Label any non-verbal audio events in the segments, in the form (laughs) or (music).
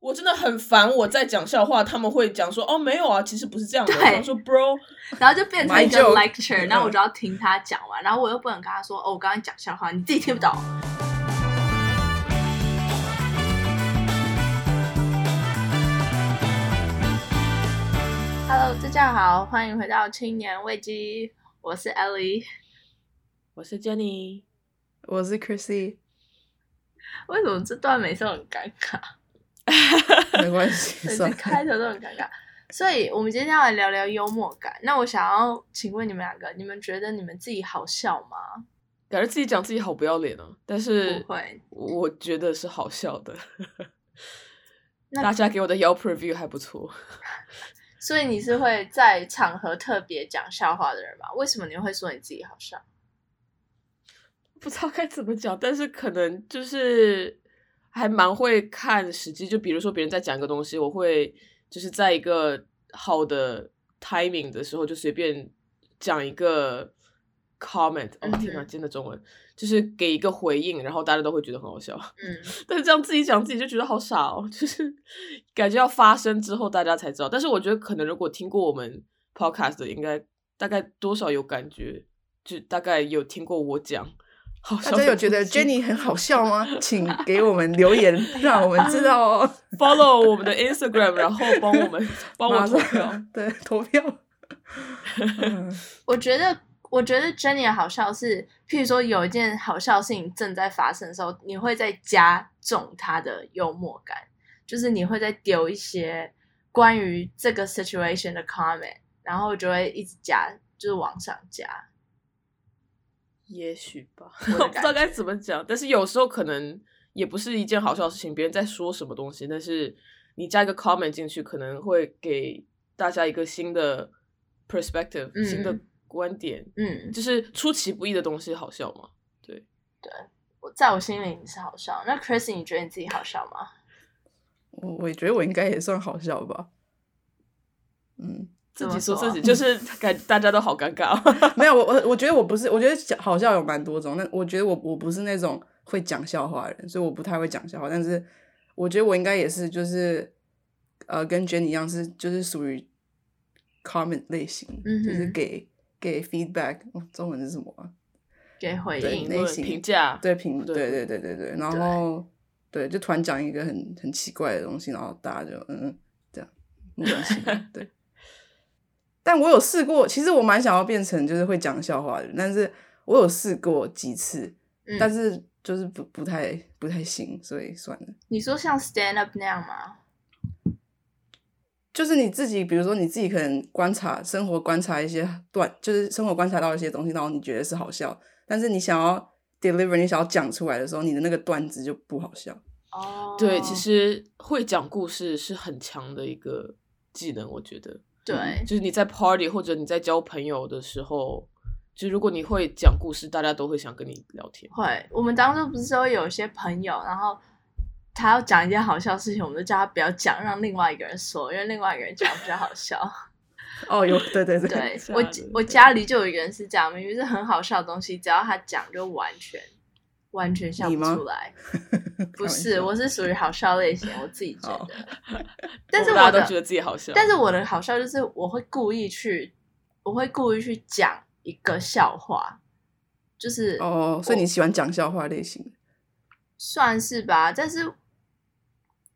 我真的很烦，我在讲笑话，他们会讲说哦没有啊，其实不是这样的。我对想说 bro，然后就变成一个买酒 lecture，嗯然后我就要听他讲完，然后我又不能跟他说哦，我刚刚讲笑话，你自己听不懂。Hello，大家好，欢迎回到青年危机，我是 Ellie。我是 Jenny，我是 Chrissy，为什么这段每次都很尴尬？没关 (laughs) 系，每次算了。开头都很尴尬。所以，我们今天要来聊聊幽默感。那我想要请问你们两个，你们觉得你们自己好笑吗？感觉自己讲自己好不要脸哦、但是不会，我觉得是好笑的。那大家给我的 Yelp review 还不错，所以你是会在场合特别讲笑话的人吗？为什么你会说你自己好笑？不知道该怎么讲，但是可能就是还蛮会看时机。就比如说别人在讲一个东西，我会就是在一个好的 timing 的时候，就随便讲一个 comment。哦嗯哼天哪，真的中文就是给一个回应，然后大家都会觉得很好笑。嗯，但是这样自己讲自己就觉得好傻哦，就是感觉要发生之后大家才知道。但是我觉得可能如果听过我们 podcast 的，应该大概多少有感觉，就大概有听过我讲。好 (laughs) 笑大的家有觉得东西 Jenny 很好笑吗？请给我们留言，让我们知道哦。 (laughs) follow 我们的 Instagram，然后帮我 (laughs) 们帮我马投上票。对投票。嗯我觉得，我觉得 Jenny 的好笑是，譬如说有一件好笑事情正在发生的时候，你会再加重它的幽默感，就是你会再丢一些关于这个 situation 的 comment，然后就会一直加，就是往上加。也许吧，我 (laughs) 的我不知道感该怎么讲。但是有时候可能也不是一件好笑的事情，别人在说什么东西，但是你加一个 comment 进去，可能会给大家一个新的 perspective，、嗯新的观点，嗯，就是出其不意的东西好笑嘛。我在我心里你是好笑。那 Chris，你觉得你自己好笑吗？我我觉得我应该也算好笑吧。 (laughs) 嗯，自怎么己说说啊自己， (laughs) 就是感大家都好尴尬哦。没有，我我我觉得我不是，我觉得好笑有蛮多种。那我觉得我我不是那种会讲笑话的人，所以我不太会讲笑话。但是我觉得我应该也是，就是呃，跟 Jenny 一样是，就是属于 comment 类型，嗯哼就是给给 feedback，、哦、中文是什么啊、给回对应那。评论行评价，对评，对对对对对对，然对后对就突然讲一个很很奇怪的东西，然后大家就嗯嗯这样，很恶心对。但我有试过，其实我蛮想要变成就是会讲笑话的人，但是我有试过几次，嗯但是就是不不太不太行，所以算了。你说像 stand up 那样吗？就是你自己，比如说你自己可能观察生活，观察一些段，就是生活观察到一些东西，然后你觉得是好笑，但是你想要 deliver，你想要讲出来的时候，你的那个段子就不好笑。哦，对，其实会讲故事是很强的一个技能，我觉得。对，就是你在 party 或者你在交朋友的时候，就如果你会讲故事，大家都会想跟你聊天。会。我们当中不是说有一些朋友，然后他要讲一件好笑的事情，我们就叫他不要讲，让另外一个人说，因为另外一个人讲比较 (laughs) 好笑。哦，有，对对对，对吓我人我家里就有一个人是这样，明明是很好笑的东西，只要他讲就完全完全笑你不吗出 (laughs) 来。开不玩是，笑我是属于好笑类型，我自己觉好得。 (laughs) 但是大我家的都觉得自己嗯好笑。但是我的好笑就是我会故意去，我会故意去讲一个笑话，就是哦，所以你喜欢讲笑话类型？算是吧，但是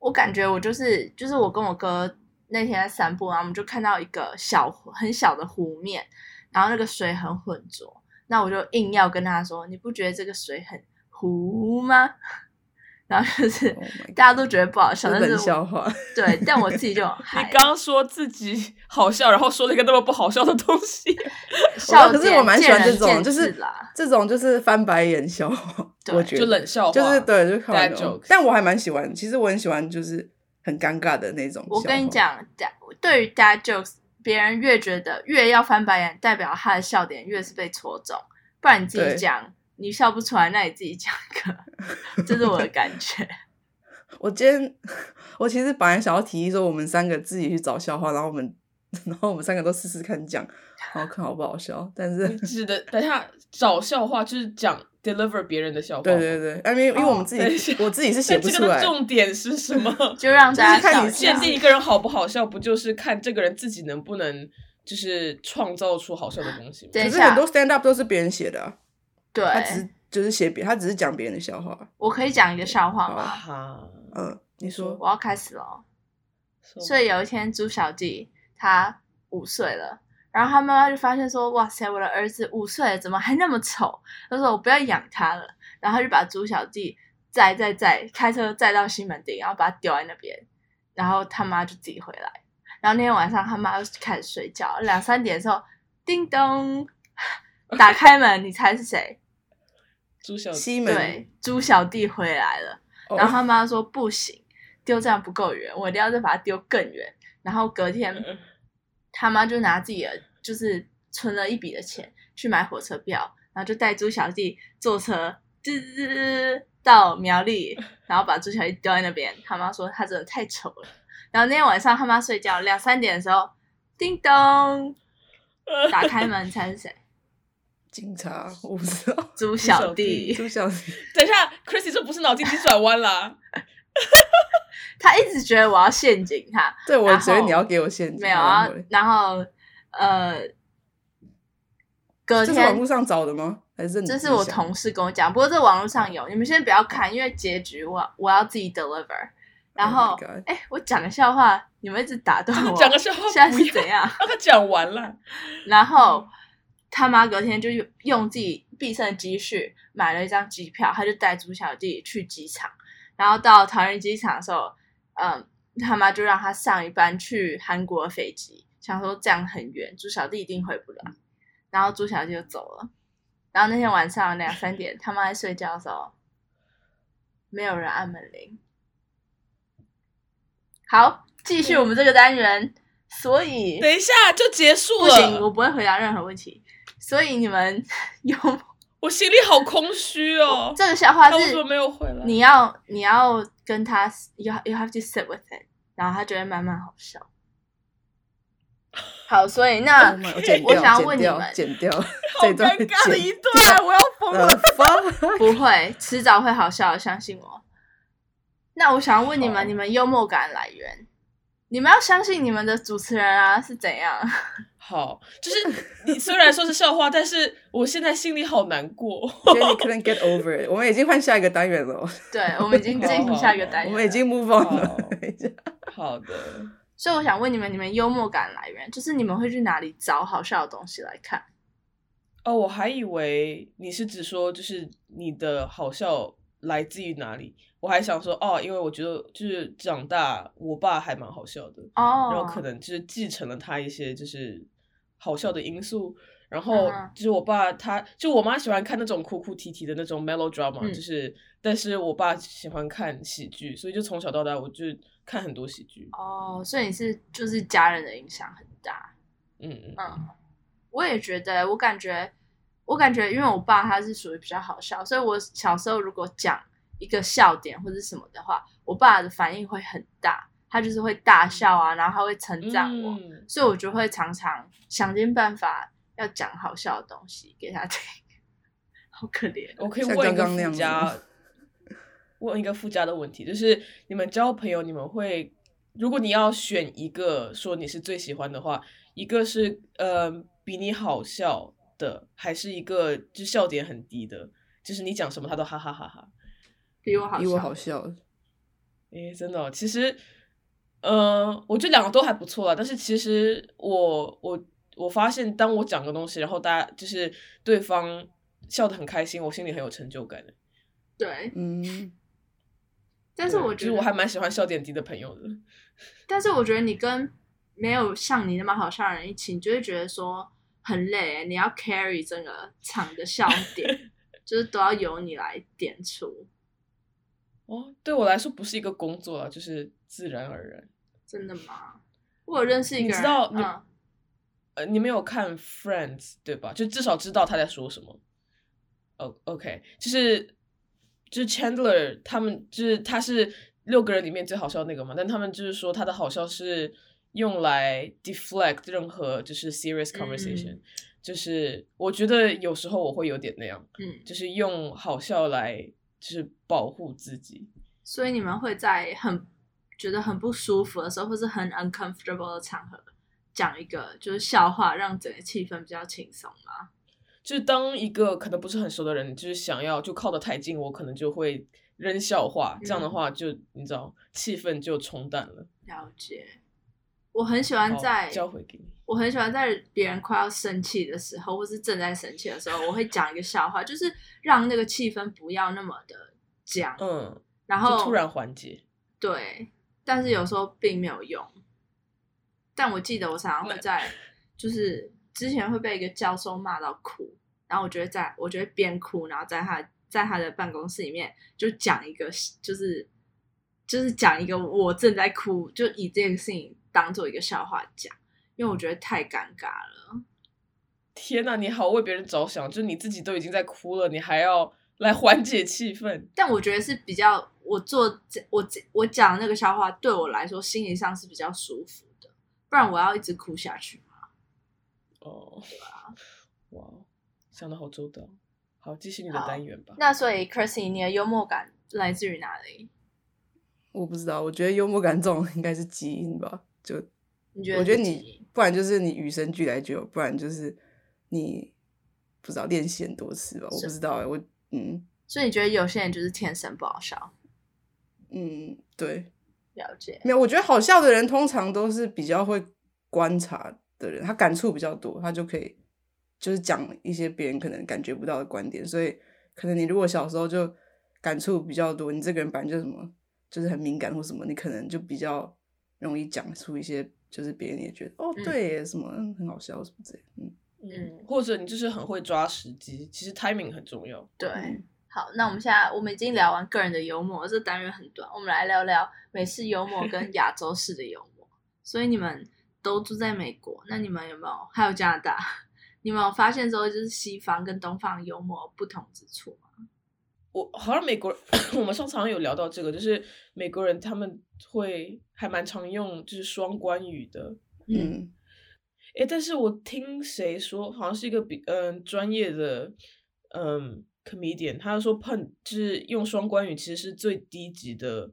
我感觉我就是就是我跟我哥那天在散步，然后我们就看到一个小湖很小的湖面，然后那个水很浑浊，那我就硬要跟他说，你不觉得这个水很糊吗？ (laughs) 然后就是 Oh my 大家都觉得不好笑，日但是本我笑话，对，但我自己就很你 (laughs) 嗨刚刚说自己好笑，然后说了一个那么不好笑的东西，笑哦可是点我蛮喜欢见这仁种，见就是智啦这种就是翻白眼笑话，对我觉就得冷笑话，就是对，就开玩 dad 笑 jokes。但我还蛮喜欢，其实我很喜欢，就是很尴尬的那种。我跟你，讲，dad- 对于 dad jokes，别人越觉得越要翻白眼，代表他的笑点越是被戳中。不然你自己对讲，你笑不出来，那你自己讲一个，这是我的感觉。 (laughs) 我今天我其实本来想要提议说，我们三个自己去找笑话，然后我们 (laughs) 然后我们三个都嗯试试看讲，然后看好不好笑。但是你指的等一下找笑话就是讲 deliver 别人的笑话。对对对，哎，没有，因为我们自哦等一己下，我自己是写但不这出个来的。重点是什 (laughs) 么？ (laughs) 就让大就是家看笑你一限下鉴。定一个人好不好笑，不就是看这个人自己能不能就是创造出好笑的东西吗？对等可一是下很多 stand up 都是别人写的、啊，对，他只是就是写别，他只是讲别人的笑话。我可以讲一个笑话吗？哈，嗯，你说哦我要开始了。哦所以以有一天，猪小弟他五岁了，然后他妈妈就发现说：“哇塞，我的儿子五岁了，怎么还那么丑？”他说：“我不要养他了。”然后他就把猪小弟载载载，开车载到西门町，然后把他丢在那边，然后他妈就自己回来。然后那天晚上，他妈就开始睡觉，两三点的时候，叮咚， (laughs) 打开门，你猜是谁？朱小西门，对，猪小弟回来了。哦然后他妈说不行，丢这样不够远，我一定要再把它丢更远。然后隔天，他妈就拿自己的就是存了一笔的钱去买火车票，然后就带猪小弟坐车，嘟嘟嘟嘟嘟到苗 (laughs) 栗，然后把猪小弟丢在那边。他妈说他真的太丑了。然后那天晚上他妈睡觉两三点的时候，叮咚， (laughs) 打开门，你猜是谁？警察，我不知 (laughs) 道。猪小小弟弟。朱小姐，等一下，Chrissy 这不是脑筋急转弯啦，他一直觉得我要陷阱他，对我然觉得后你要给我陷阱，没有然啊后嘞，然后呃，隔这是网天络上找的吗？还是你这是自己我想同事跟我讲，不过这网络上有，你们先不要看，因为结局我我要自己 deliver。然 Oh 后 my God 哎、我讲个笑话，你们一直打断 (laughs) 真的我，讲个笑话现在不是要怎样？让他讲完了。然后他妈隔天就用用自己毕生的积蓄买了一张机票，他就带猪小弟去机场。然后到桃园机场的时候，嗯，他妈就让他上一班去韩国的飞机，想说这样很远，猪小弟一定回不来。然后猪小弟就走了。然后那天晚上两三点，他妈在睡觉的时候，没有人按门铃。好，继续我们这个单元。所以，等一下就结束不行，了，我不会回答任何问题。所以你们 (laughs) 有我心里好空虚哦。这个笑话他为是什么没有回来？你要你要跟他，you ha- you have to sit with it，然后他就会慢慢好笑。好，所以那 Oh my- 我剪我掉，想要剪问你掉们 (laughs) 剪掉，好这段尴尬的剪一段，我要疯呃了。 (laughs) fuck 不会，迟早会好笑的，相信我。那我想要问你好哦们，你们幽默感来源，你们要相信你们的主持人啊，是怎样？ (laughs) 好，就是你虽然说是笑话，但是我现在心里好难过。 (laughs) Jenny couldn't get over it。我们已经换下一个单元了，对，我们已经进入下一个单元了，哦我们已经 move on 好了。哦 (laughs) 好的，所以我想问你们，你们幽默感来源就是你们会去哪里找好笑的东西来看？哦，我还以为你是指说就是你的好笑来自于哪里，我还想说哦，因为我觉得就是长大，我爸还蛮好笑的，哦，然后可能就是继承了他一些就是好笑的因素。然后嗯就是我爸他，就我妈喜欢看那种哭哭啼啼的那种 melodrama，、嗯就是，但是我爸喜欢看喜剧，所以就从小到大我就看很多喜剧。哦，所以你是就是家人的影响很大。嗯嗯，嗯，我也觉得，我感觉，我感觉，因为我爸他是属于比较好笑，所以我小时候如果讲一个笑点或者什么的话，我爸的反应会很大，他就是会大笑啊，然后他会称赞我，嗯所以我就会常常想尽办法要讲好笑的东西给他听， (laughs) 好可怜。哦我可以像问一刚个刚那附样子加 (laughs) 吗，问一个附加的问题，就是你们交朋友，你们会，如果你要选一个说你是最喜欢的话，一个是呃比你好笑的，还是一个就笑点很低的，就是你讲什么他都哈哈哈哈。比我好笑，比我好笑，诶，真的哦、其实，呃，我觉得两个都还不错啦。但是其实我我我发现，当我讲个东西，然后大家就是对方笑得很开心，我心里很有成就感的。对，嗯，但是对我就觉是得，我还蛮喜欢笑点低的朋友的。但是我觉得你跟没有像你那么好笑的人一起，你就会觉得说很累，你要 carry 整个场的笑 (laughs) 点，就是都要由你来点出，哦，对我来说不是一个工作啊，就是自然而然。真的吗？我有认识一你个知人，道你嗯，呃，你没有看 Friends 对吧？就至少知道他在说什么。哦、o k 就是就是 Chandler 他们就是他是六个人里面最好笑的那个嘛，但他们就是说他嗯的好笑是用来 deflect 任何就是 serious conversation，、就是我觉得有时候我会有点那样，嗯，就是用好笑来就是保护自己。所以你们会在很觉得很不舒服的时候，或是很 uncomfortable 的场合，讲一个就是笑话，让整个气氛比较轻松嘛。就是当一个可能不是很熟的人，就是想要就靠得太近，我可能就会扔笑话，这样的嗯话就你知道气氛就冲淡了。了解。我很喜欢好在交回给你。我很喜欢在别人快要生气的时候，或是正在生气的时候，我会讲一个笑话，就是让那个气氛不要那么的僵，嗯，然后就突然缓解。对，但是有时候并没有用。但我记得我常常会在，就是之前会被一个教授骂到哭，然后我就会在，我就会边哭，然后在他在他的办公室里面就讲一个，就是就是讲一个我正在哭，就以这个事情当做一个笑话讲，因为我觉得太尴尬了。天呐，你好为别人着想，就是你自己都已经在哭了，你还要来缓解气氛。但我觉得是比较，我做这我这我讲那个笑话对我来说心理上是比较舒服的，不然我要一直哭下去。哦，啊哇，哦想的好周到。好，继续你的好单元吧。嗯那所以 c h r i s y 你的幽默感来自于哪里？我不知道，我觉得幽默感这种应该是基因吧，就你觉得？我觉得你，不然就是你与生俱来就有，不然就是你不知道练习很多次吧，我是不知道哎、我嗯所以你觉得有些人就是天生不好笑？嗯对，了解，没有，我觉得好笑的人通常都是比较会观察的人，他感触比较多，他就可以就是讲一些别人可能感觉不到的观点，所以可能你如果小时候就感触比较多，你这个人本来就什么就是很敏感或什么，你可能就比较容易讲出一些就是别人也觉得哦嗯对耶什么嗯很好笑什么之类的，嗯。嗯，或者你就是很会抓时机，其实 timing 很重要。对。嗯好，那我们现在我们已经聊完个人的幽默，这单元很短，我们来聊聊美式幽默跟亚洲式的幽默。所以你们都住在美国，那你们有没有还有加拿大？你们有发现说就是西方跟东方幽默不同之处吗？我好像美国人， (coughs) 我们上次好像有聊到这个，就是美国人他们会还蛮常用就是双关语的。嗯嗯，诶，但是我听谁说，好像是一个比嗯、专业的嗯、comedian，他说碰就是用双关语其实是最低级的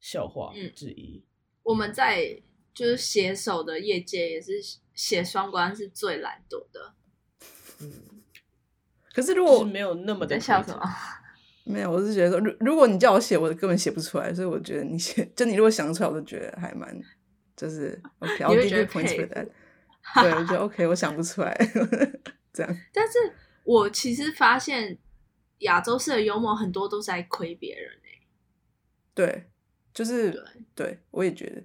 笑话嗯之一。我们在就是写手的业界也是写双关是最懒惰的。嗯，可是如就是果没有那么你的在笑什 creative 么？没有，我是觉得说，如如果你叫我写，我根本写不出来，所以我觉得你写，就你如果想得出来，我都觉得还蛮，就是 OK，我会 give 觉得 you points 佩 for that。对，我觉得 OK，我想不出来， (laughs) 这样。但是我其实发现亚洲式的幽默很多都是在亏别人、欸、对，就是对对，我也觉得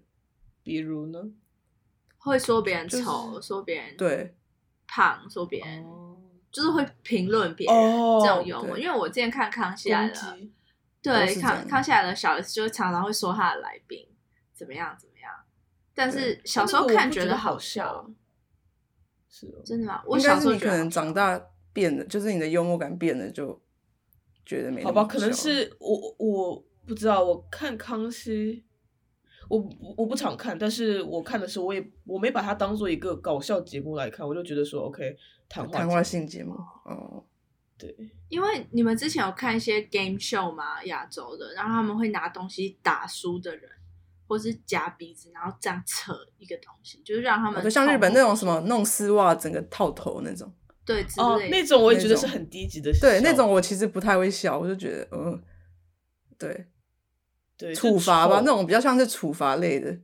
比如呢？会说别人丑，就是说别人对，胖，说别人、就是会评论别人、哦，这种幽默。对因为我之前看《康熙来攻了》，击都对是这康样康熙来了小 S 就常常会说他的来宾怎么样怎么样，但是小时候那个我看不觉得得好好笑，是哦，真的吗？我应该小时是候你觉得可能长好大变了，就是你的幽默感变了，就觉得没那好么吧，可能笑是我我不知道，我看康熙，我不我不常看，但是我看的时候，我也我没把它当做一个搞笑节目来看，我就觉得说 OK 谈话谈节话目性节目哦，对，因为你们之前有看一些 game show 嘛，亚洲的，然后他们会拿东西打输的人，或是夹鼻子，然后这样扯一个东西，就是让他们、就哦像日本那种什么弄丝袜整个套头那种，对之哦，类的那种我也那觉得是种很低级的，对，那种我其实不太会笑，我就觉得嗯，对，对就处罚吧，丑那种比较像是处罚类的，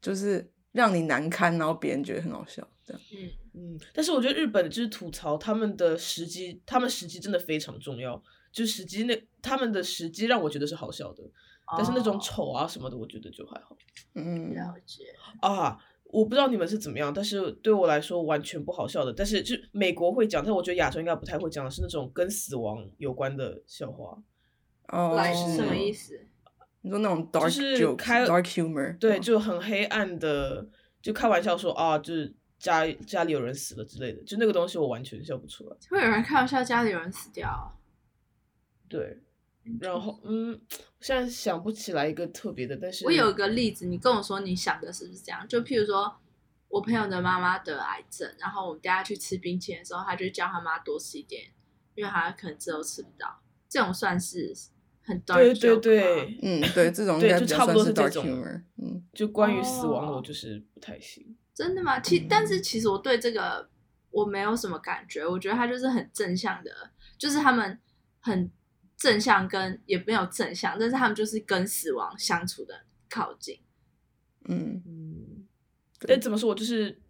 就是让你难堪，然后别人觉得很好笑，这样。嗯，嗯，但是我觉得日本就是吐槽他们的时机，他们时机真的非常重要，就时机那他们的时机让我觉得是好笑的，但是那种哦丑啊什么的，我觉得就还好。嗯，了解，啊，我不知道你们是怎么样，但是对我来说完全不好笑的。但是就是美国会讲，但我觉得亚洲应该不太会讲的是那种跟死亡有关的笑话。哦，来是什么意思？思？你说那种 dark 是 joke、开 dark humor，对，哦就很黑暗的，就开玩笑说啊，就是家家里有人死了之类的，就那个东西我完全笑不出来。会有人开玩笑家里有人死掉，啊对，然后嗯，现在想不起来一个特别的，但是我有一个例子，你跟我说你想的是不是这样？就譬如说，我朋友的妈妈得癌症，然后我们带她去吃冰淇淋的时候，她就叫她妈多吃一点，因为她可能之后吃不到。这种算是很 dark 对对 joke 吗对，嗯，对，(laughs) 这种应对该就比较差不算多是是这 dark 种 humor。嗯，就关于死亡的，哦我就是不太行。真的吗？其嗯但是其实我对这个我没有什么感觉，我觉得他就是很正向的，就是他们很正向跟也没有正向，但是他们就是跟死亡相处的靠近。嗯，嗯，对但怎么说，我就是，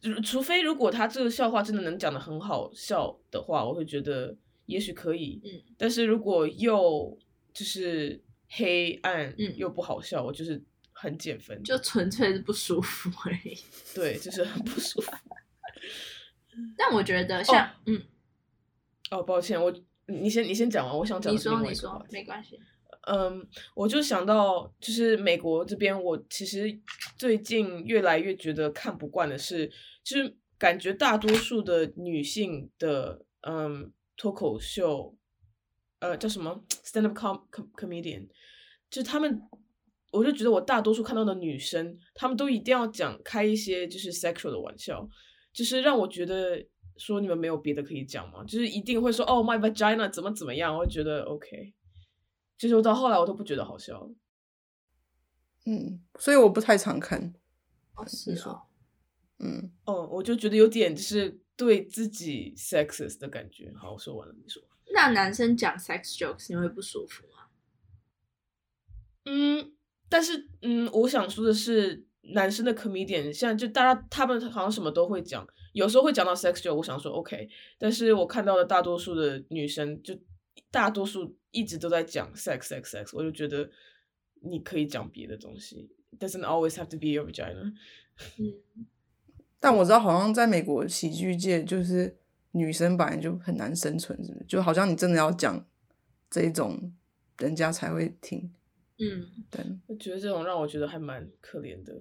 如除非如果他这个笑话真的能讲的很好笑的话，我会觉得也许可以。嗯，但是如果又就是黑暗，嗯又不好笑，我就是很减分，就纯粹是不舒服而已。 (laughs) 对，就是很不舒服。但我觉得像、嗯，哦，抱歉，我你先你先讲完，我想讲你的是说另外你一个话说题。没关系，嗯，我就想到，就是美国这边，我其实最近越来越觉得看不惯的是，就是感觉大多数的女性的，嗯，脱口秀，呃，叫什么 stand up com com comedian，就他们，我就觉得我大多数看到的女生，她们都一定要讲开一些就是 sexual 的玩笑，就是让我觉得说你们没有别的可以讲吗？就是一定会说哦 my vagina 怎么怎么样，我就觉得 OK。其实我到后来我都不觉得好笑了。嗯，所以我不太常看。哦是你哦说，嗯，嗯，我就觉得有点就是对自己 sexist 的感觉。好，我说完了，你说。那男生讲 sex jokes 你会不舒服吗？嗯，但是嗯，我想说的是，男生的 comedian 现在就大家他们好像什么都会讲，有时候会讲到 sex joke，我想说 OK，但是我看到的大多数的女生就大多数一直都在讲 sex sex sex，我就觉得你可以讲别的东西，doesn't always have to be your vagina。嗯，但我知道好像在美国喜剧界，就是女生本来就很难生存，是不是？就好像你真的要讲这一种，人家才会听。嗯，对，我觉得这种让我觉得还蛮可怜的。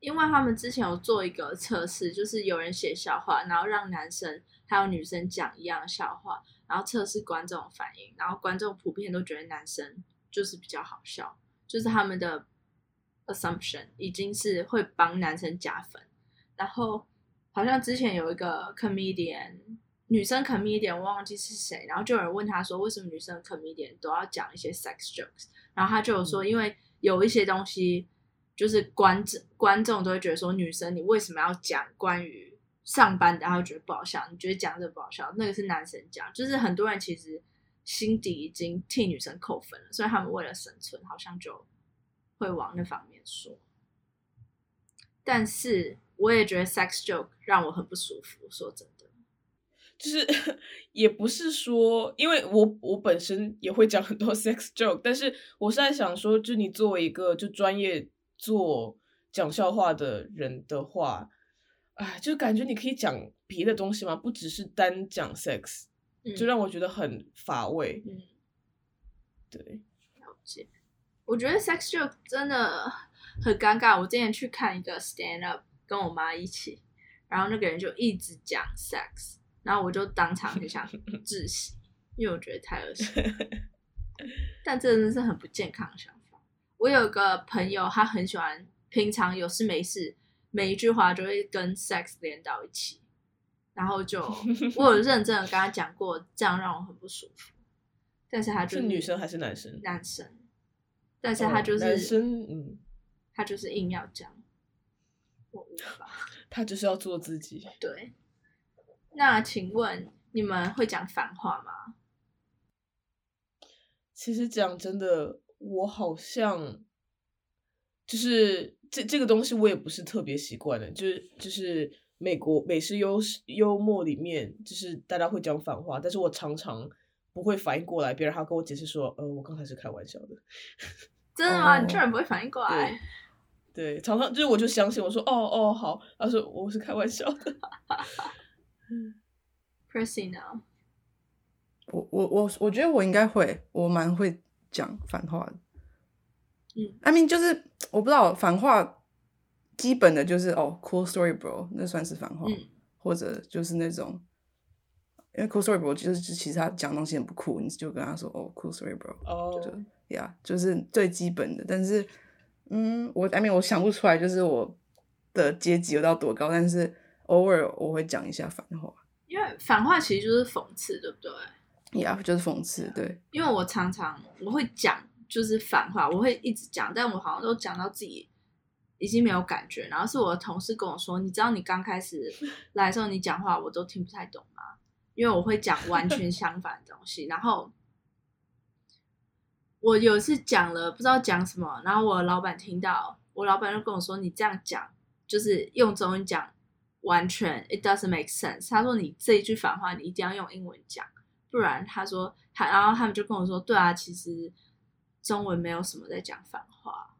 因为他们之前有做一个测试，就是有人写笑话，然后让男生还有女生讲一样的笑话，然后测试观众的反应，然后观众普遍都觉得男生就是比较好笑，就是他们的 assumption 已经是会帮男生加分。然后好像之前有一个 comedian 女生 comedian 我忘记是谁，然后就有人问他说，为什么女生 comedian 都要讲一些 sex jokes？然后他就有嗯说，因为有一些东西就是观众观众都会觉得说，女生你为什么要讲关于上班的，他会觉得不好笑，你觉得讲这个不好笑，那个是男生讲，就是很多人其实心底已经替女生扣分了，所以他们为了生存，好像就会往那方面说。但是我也觉得 sex joke 让我很不舒服，说真的，就是 (laughs) 也不是说，因为我我本身也会讲很多 (laughs) sex joke，但是我是在想说，就你作为一个就专业做讲笑话的人的话，哎，就感觉你可以讲别的东西嘛，不只是单讲 sex，嗯就让我觉得很乏味。嗯。对，了解。我觉得 sex joke 真的很尴尬。我之前去看一个 stand up，跟我妈一起，然后那个人就一直讲 sex，然后我就当场就想窒息，因为我觉得太恶心 (laughs) 了。但这真的是很不健康的想法。我有个朋友，他很喜欢，平常有事没事，每一句话就会跟 sex 连到一起，然 (laughs) 后就我有认真的跟他讲过，这样让我很不舒服。但是他就是女生还是男生？男生，但是他哦就是、男生，嗯，他就是硬要讲，我无法。他就是要做自己。对，那请问你们会讲反话吗？其实讲真的，我好像就是这这个东西，我也不是特别习惯的，就是就是美国美式幽幽默里面，就是大家会讲反话，但是我常常不会反应过来，别人还要跟我解释说，呃，我刚才是开玩笑的。真的吗？哦你居然不会反应过来对？对，常常就是我就相信我说，哦哦好，他说我是开玩笑 (laughs) 的。 ，Percy 呢？我我我我觉得我应该会，我蛮会讲反话的。嗯，I mean 就是我不知道反话基本的就是哦，cool story bro，那算是反哦话，嗯或者就是那种，因为 cool story bro 就是就其实他讲东西很不酷，你就跟他说哦，cool story bro，哦，呀，yeah, 就是最基本的。但是，嗯，我 I mean 我想不出来，就是我的阶级有到多高，但是偶尔我会讲一下反话，因为反话其实就是讽刺，对不对？呀、就是讽刺，对，因为我常常我会讲就是反话，我会一直讲，但我好像都讲到自己已经没有感觉。然后是我的同事跟我说，你知道你刚开始来的时候你讲话我都听不太懂吗？因为我会讲完全相反的东西。然后我有一次讲了不知道讲什么，然后我老板听到，我老板就跟我说，你这样讲就是用中文讲完全 it doesn't make sense。他说你这一句反话你一定要用英文讲。不然他说他，然后他们就跟我说，对啊，其实中文没有什么在讲反话，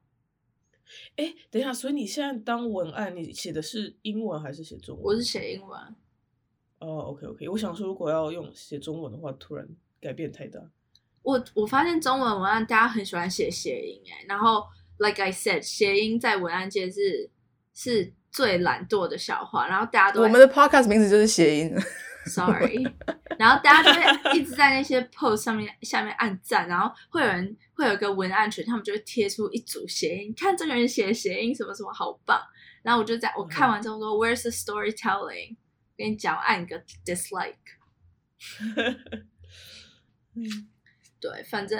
哎，等一下，所以你现在当文案，你写的是英文还是写中文？我是写英文，哦，OK，OK、o k OK，我想说，如果要用写中文的话，突然改变太大。我我发现中文文案大家很喜欢写谐音哎，然后 like I said，谐音在文案界是是最懒惰的笑话，然后大家都我会们的 podcast 名字就是谐音， sorry，然后大家就会一直在那些 post 上面下面按赞，然后会有人会有一个文案群，他们就会贴出一组谐音，看这个人写的谐音什么什么好棒。然后我就在我看完之后说、w h e r e s the storytelling？跟你讲，我按一个 dislike。嗯，对，反正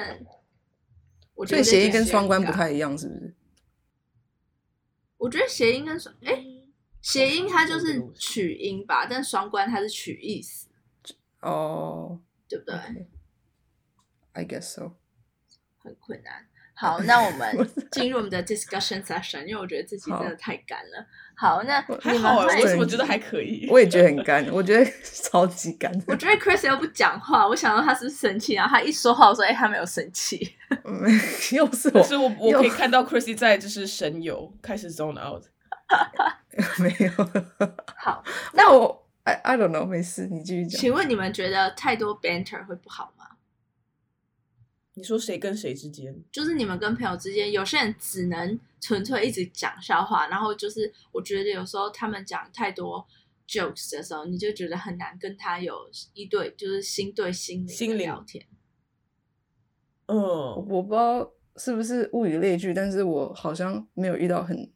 我觉所得以谐这音跟件事双关很不尬太一样，是不是？我觉得谐音跟双哎谐音它就是取音吧，但双关它是取意思，哦、对不对？ i guess so。很困难。好，那我们进入我们的 discussion session，因为我觉得自己真的好太干了。好，那还你们好啊，会，我怎么觉得还可以？我也觉得很干，我觉得超级干。我觉得 Chris 又不讲话，我想到他是不是生气，然后他一说话，我说哎、他没有生气。嗯 (laughs) 又是可我，是我我可以看到 Chrissy 在就是神游，开始 zone out。没有。 (laughs) 好，那我 I I don't know，没事，你继续讲。请问你们觉得太多 banter 会不好吗？你说谁跟谁之间？就是你们跟朋友之间，有些人只能纯粹一直讲笑话，然后就是我觉得有时候他们讲太多 jokes 的时候，你就觉得很难跟他有一对就是心对心灵的心灵聊天。嗯，我不知道是不是物以类聚，但是我好像没有遇到很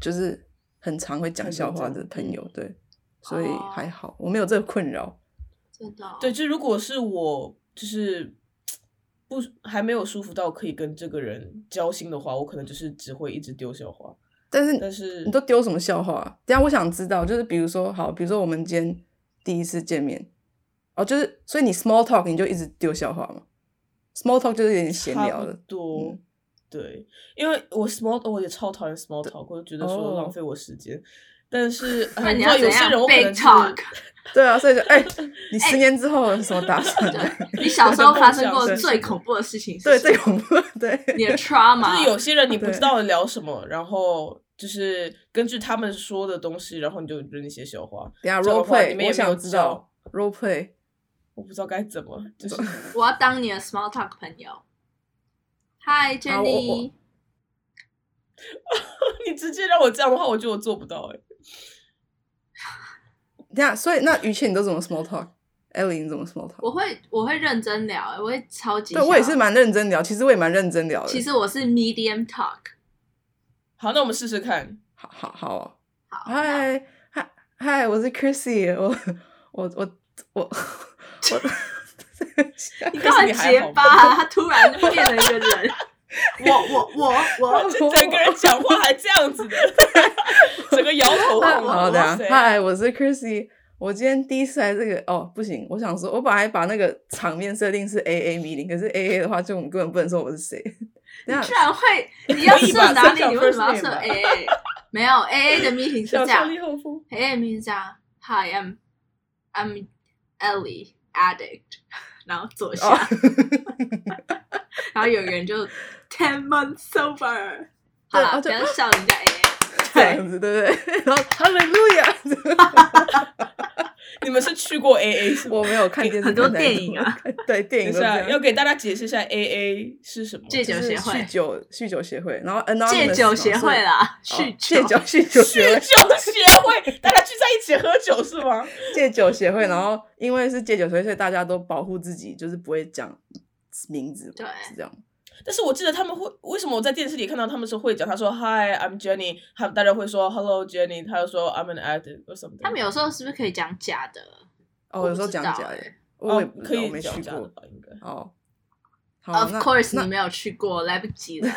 就是很常会讲笑话的朋友，对，所以嗯哦还好，我没有这个困扰。真的、哦，对，就如果是我就是不还没有舒服到可以跟这个人交心的话，我可能就是只会一直丢笑话。但是但是你都丢什么笑话、啊？等一下我想知道，就是比如说，好，比如说我们今天第一次见面，哦，就是所以你 small talk 你就一直丢笑话嘛？small talk 就是有点闲差聊不的，多。嗯对，因为我 small 我也超讨厌 small talk，我就觉得说哦浪费我时间。但是 (laughs) 那哎你你知要道怎有些样人我可被能是 talk？对啊，所以就哎、你十年之后有什么打算？你小时候发生过最恐怖的事情是对，什么最恐怖，对， (laughs) 你的就是 trauma，有些人你不对知道聊什么，然后就是根据他们说的东西，然后你就扔一些笑话。等一下这样 role 的话你们 play，我也没有想知道 role play 我不知道该怎么，就是我要当你的 small talk 朋友。Hi 好我 Jenny，我 (laughs) 你直接让我这样的话，我觉得我做不到哎、等一下，所以那于倩你都怎么 small talk？Ellie 你怎么 small 我 talk？会我会认真聊，我会超级对想。我也是蛮认真聊，其实我也蛮认真聊的。啊其实我是 medium talk。好，那我们试试看。好好好哦，好，那嗨嗨嗨，我是 Chrissy，我我我我我，你干嘛结巴啊？他突然变了一个人。我我我 (laughs) 我，这整个人讲话还这样子的，整个摇头晃脑。 (laughs) 好的哇啊，塞嗨，我是 Chrissy。我今天第一次来这个哦，不行，我想说，我本来把那个场面设定是 A A 迷你，可是 A A 的话，就我们根本不能说我是 (laughs) 谁。等一居下，然会你要设哪可里？以吧你为什么要设这样 first A A？没有 A A 的 meeting 是小这样强。力后夫， Hey, I'm Minza. Hi, I'm I'm Ellie addict. 然后左下哦然后有人 (laughs) 就 ten months sober。好对了，哦不就要笑人家 (laughs) AA。这样子， (laughs) 对不对？然后哈利路亚。你们是去过 AA 是吗？我没有看电视，很多看太电影啊多，对等电影一都这下，要样。给大家解释一下 AA 是什么。戒就酒是协会酗酒酗酒协会，然后 anonymous 戒酒协会啦，嘛是酗哦戒酒酗酒协戒会，酒协会，大家聚在一起喝酒是吗？戒酒协会，然后因为是戒酒协会，所以大家都保护自己，就是不会讲名字嘛，对是这样。但是我记得他们会为什么我在电视里看到他们是会讲，他说 Hi I'm Jenny，他大家会说 Hello Jenny，他又说 I'm an addict or something。他们有时候是不是可以讲假的？哦，我有不时候知讲道假欸的，我哦也不知可道我以没讲去假的过吧，应该。哦。好 Of 那 course，那你没有去过，来不及 (laughs) 了。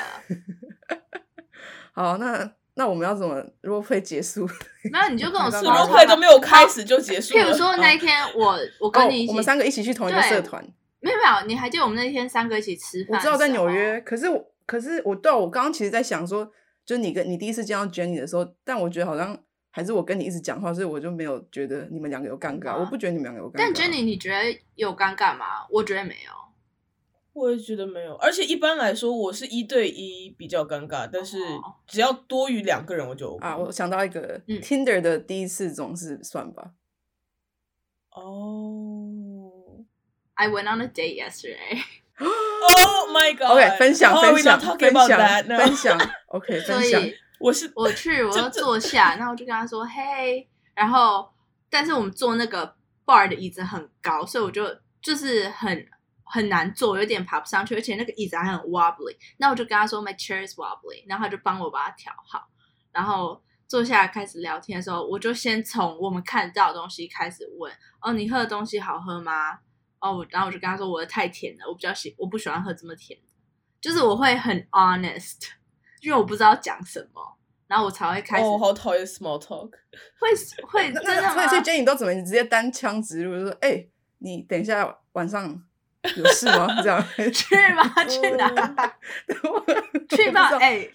好，那那我们要怎么如果会结束？那你就跟我说，是是罗派都没有开始就结束了。譬如说那一啊天我我哦跟你一，起，我们三个一起去同一个对社团，没有没有，你还记得我们那天三个一起吃我饭？知道在纽，约，可是我可是我对啊我刚刚其实在想说，就是你跟你第一次见到 Jenny 的时候，但我觉得好像还是我跟你一直讲话，所以我就没有觉得你们两个有尴尬，啊我不觉得你们两个有尴尬。但 Jenny 你觉得有尴尬吗？我觉得没有。我也觉得没有，而且一般来说我是一对一比较尴尬，但是哦只要多于两个人我就 OK 啊，我想到一个、嗯 Tinder 的第一次总是算吧，哦。 I went on a date yesterday， (laughs) Oh my god! OK，分享，Oh, How are 分 we 享 not talking 分 about 享 that now? 分享，OK 所分享。以我是我 (laughs) 去我就坐下，然后我就跟他说嘿，然后但是我们坐那个 bar 的椅子很高，所以我就就是很很难坐，有点爬不上去，而且那个椅子还很 wobbly。那我就跟他说 my chair is wobbly，然后他就帮我把它调好，然后。坐下来开始聊天的时候，我就先从我们看到的东西开始问，哦，你喝的东西好喝吗？哦，我然后我就跟他说我的太甜了，我比较喜我不喜欢喝这么甜的，就是我会很 honest，因为我不知道讲什么，然后我才会开始、哦，我好讨厌 small talk。会会 (laughs) 那真那的所以所以吗？ Jenny 都怎么你直接单枪直入，就说哎、你等一下晚上有事吗？这样 (laughs) (laughs) 去吧，去嗯哪？去吧，吧哎、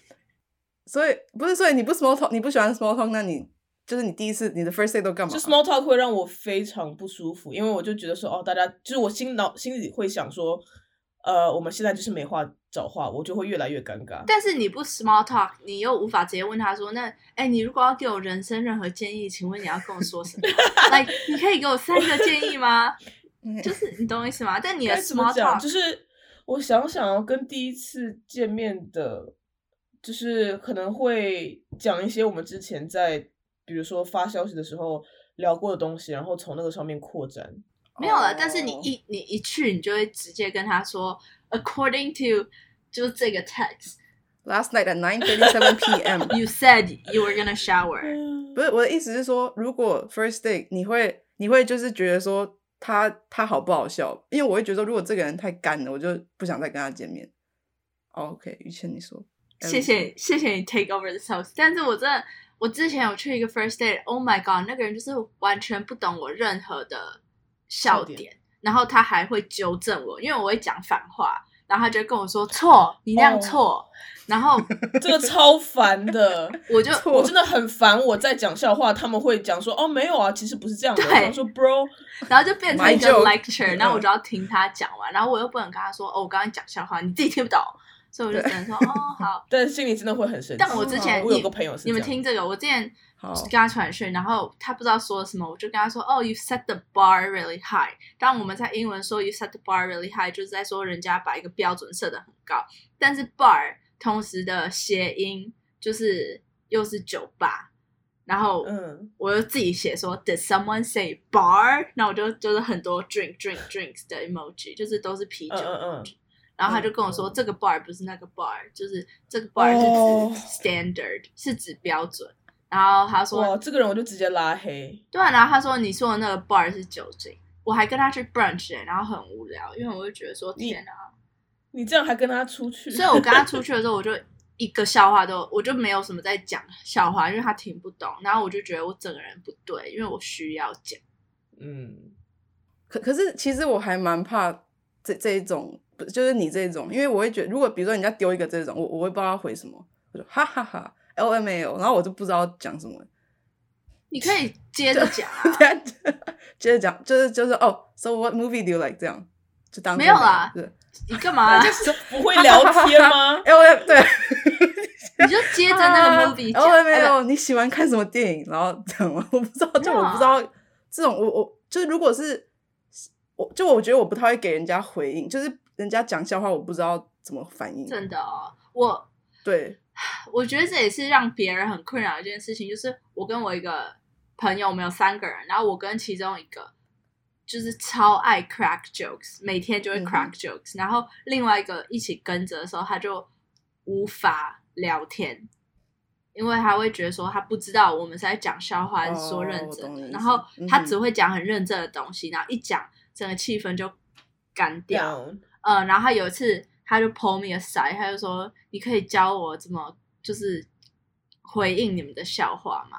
所以不是，所以你不 small talk，你不喜欢 small talk，那你就是你第一次你的 first day 都干嘛？就 small talk 会让我非常不舒服，因为我就觉得说，哦，大家就是我心脑心里会想说，呃，我们现在就是没话找话，我就会越来越尴尬。但是你不 small talk，你又无法直接问他说，那哎、你如果要给我人生任何建议，请问你要跟我说什么？来、你可以给我三个建议吗？ (laughs) 嗯就是你懂我意思吗？但你的该怎么 small 讲？就 talk，是我想想哦，跟第一次见面的，就是可能会讲一些我们之前在比如说发消息的时候聊过的东西，然后从那个上面扩展。没有了。哦但是你一你一去，你就会直接跟他说，according to 就是这个 text，you last night at nine thirty seven p.m. said you were gonna shower。 (laughs) 嗯 (laughs) 不是我的意思是说，如果 first day 你会你会就是觉得说他他好不好笑，因为我会觉得说如果这个人太干了，我就不想再跟他见面。哦 OK，于谦你说，谢谢谢谢你 take over this house，但是我真的，我之前有去一个 first date，Oh my god，那个人就是完全不懂我任何的笑笑点，点然后他还会纠正我，因为我会讲反话，然后他就会跟我说错，你那样哦错然后这个超烦 (laughs) 的，我就我错真的很烦。我在讲笑话，他们会讲说：“哦，没有啊，其实不是这样的。”对我想说，bro，然后就变成一个 My joke lecture，嗯然后我就要听他讲完，然后我又不能跟他说哦，我刚刚讲笑话，你自己听不懂，所以我就只能说哦好。但心里真的会很生气。但我之前哦我有你个朋友是你们这样哦听这个，我之前好跟他传讯，然后他不知道说什么，我就跟他说：“哦、y o u set the bar really high。”当我们在英文说 “you set the bar really high”，就是在说人家把一个标准设得很高，但是 bar 同时的谐音就是又是酒吧，然后嗯，我又自己写说 “Did someone say bar？” 那我就就是很多 drink drink drinks 的 emoji，就是都是啤酒。嗯嗯嗯然后他就跟我说，这个 bar 不是那个 bar，就是这个 bar 是哦指 standard，、是指标准。然后他哇，说，这个人我就直接拉黑。对啊、然后他说你说的那个 bar 是酒精，我还跟他去 brunch，、欸、然后很无聊，因为我就觉得说你天哪，你这样还跟他出去？所以我跟他出去的时候，我就一个笑话都，我就没有什么在讲笑话，因为他听不懂，然后我就觉得我整个人不对，因为我需要讲。嗯，可可是其实我还蛮怕这这一种，不就是你这一种，因为我会觉得，如果比如说人家丢一个这种，我我会不知道他回什么，我就哈哈哈 L M A O，然后我就不知道讲什么， (laughs) 你可以接着讲啊，接着讲，就是就是哦，So what movie do you like？这样就当没有啦 (laughs) 对你干嘛、啊？不会聊天 (laughs) 吗？ L M 对，你就接着啊那个 movie 讲。 L M 哎 A 不 O，你喜欢看什么电影？然后这样吗？我不知道，就没有我啊不知道这种我我就是如果是我就我觉得我不太会给人家回应，就是人家讲笑话，我不知道怎么反应。真的哦，我对，我觉得这也是让别人很困扰的一件事情，就是我跟我一个朋友，我们有三个人，然后我跟其中一个就是超爱 crack jokes，每天就会嗯 crack jokes，、然后另外一个一起跟着的时候，他就无法聊天，因为他会觉得说他不知道我们是在讲笑话还是说认哦我真懂的，你意思然后他嗯哼只会讲很认真的东西，然后一讲整个气氛就干掉。 down 呃，然后他有一次他就 pull me aside，他就说：“你可以教我怎么就是回应你们的笑话吗？”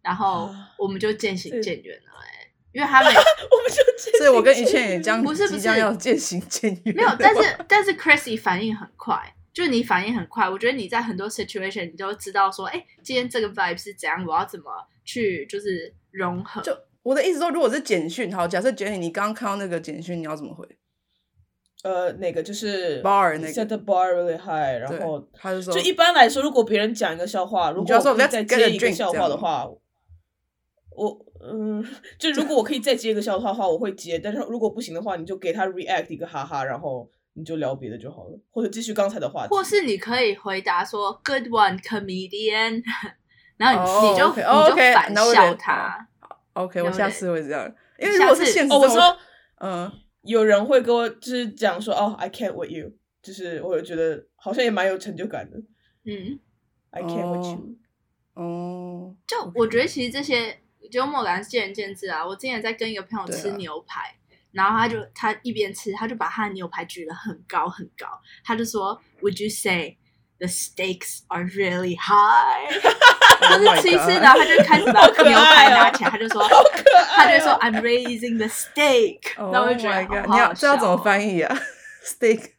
然后啊我们就渐行是渐远了、欸，因为他每我们就这所以我跟一倩也将 (laughs) 不是不即将是要渐行渐远。 (laughs) 没有，但是但是 Chrissy 反应很快，就是你反应很快，我觉得你在很多 situation 你都知道说，哎，今天这个 vibe 是怎样，我要怎么去就是融合，就我的意思说，如果是简讯，好，假设 Jenny 你刚刚看到那个简讯，你要怎么回？呃哪个就是 Bar 那 set 个 the bar really high，然对后他就说就一般来说，如果别人讲一个笑话，如就果要我说可以 "Let's 再接 get a 一个 drink" 笑这话样的吗话，我嗯，就如果我可以再接一个笑话的话，我会接。但是如果不行的话，你就给他 react 一个哈哈，然后你就聊别的就好了，或者继续刚才的话题。或是你可以回答说 “Good one, comedian”，然后你、哦你就 OK，哦你就 OK，反那我笑得他， OK，有我下点次会这样，因为下如果是次现实哦，中，我知道嗯，有人会跟我就是讲说，哦，I can't with you，就是我觉得好像也蛮有成就感的。嗯。 I can't with 哦 you，哦，就我觉得其实这些幽默感是见仁见智啊。我之前在跟一个朋友对啊吃牛排，然后他就他一边吃，他就把他的牛排举得很高很高，他就说：“Would you say the stakes are really high？” (laughs) (laughs) 就 Oh 是吃一吃，然后他就开始把好可牛排爱哦拿起来，他就 (laughs) 说。他啊就会说 I'm raising the stake，哦 Oh (laughs) 然后我就觉得 my god！好哦你要这要怎么译？翻译啊 (laughs) ？Steak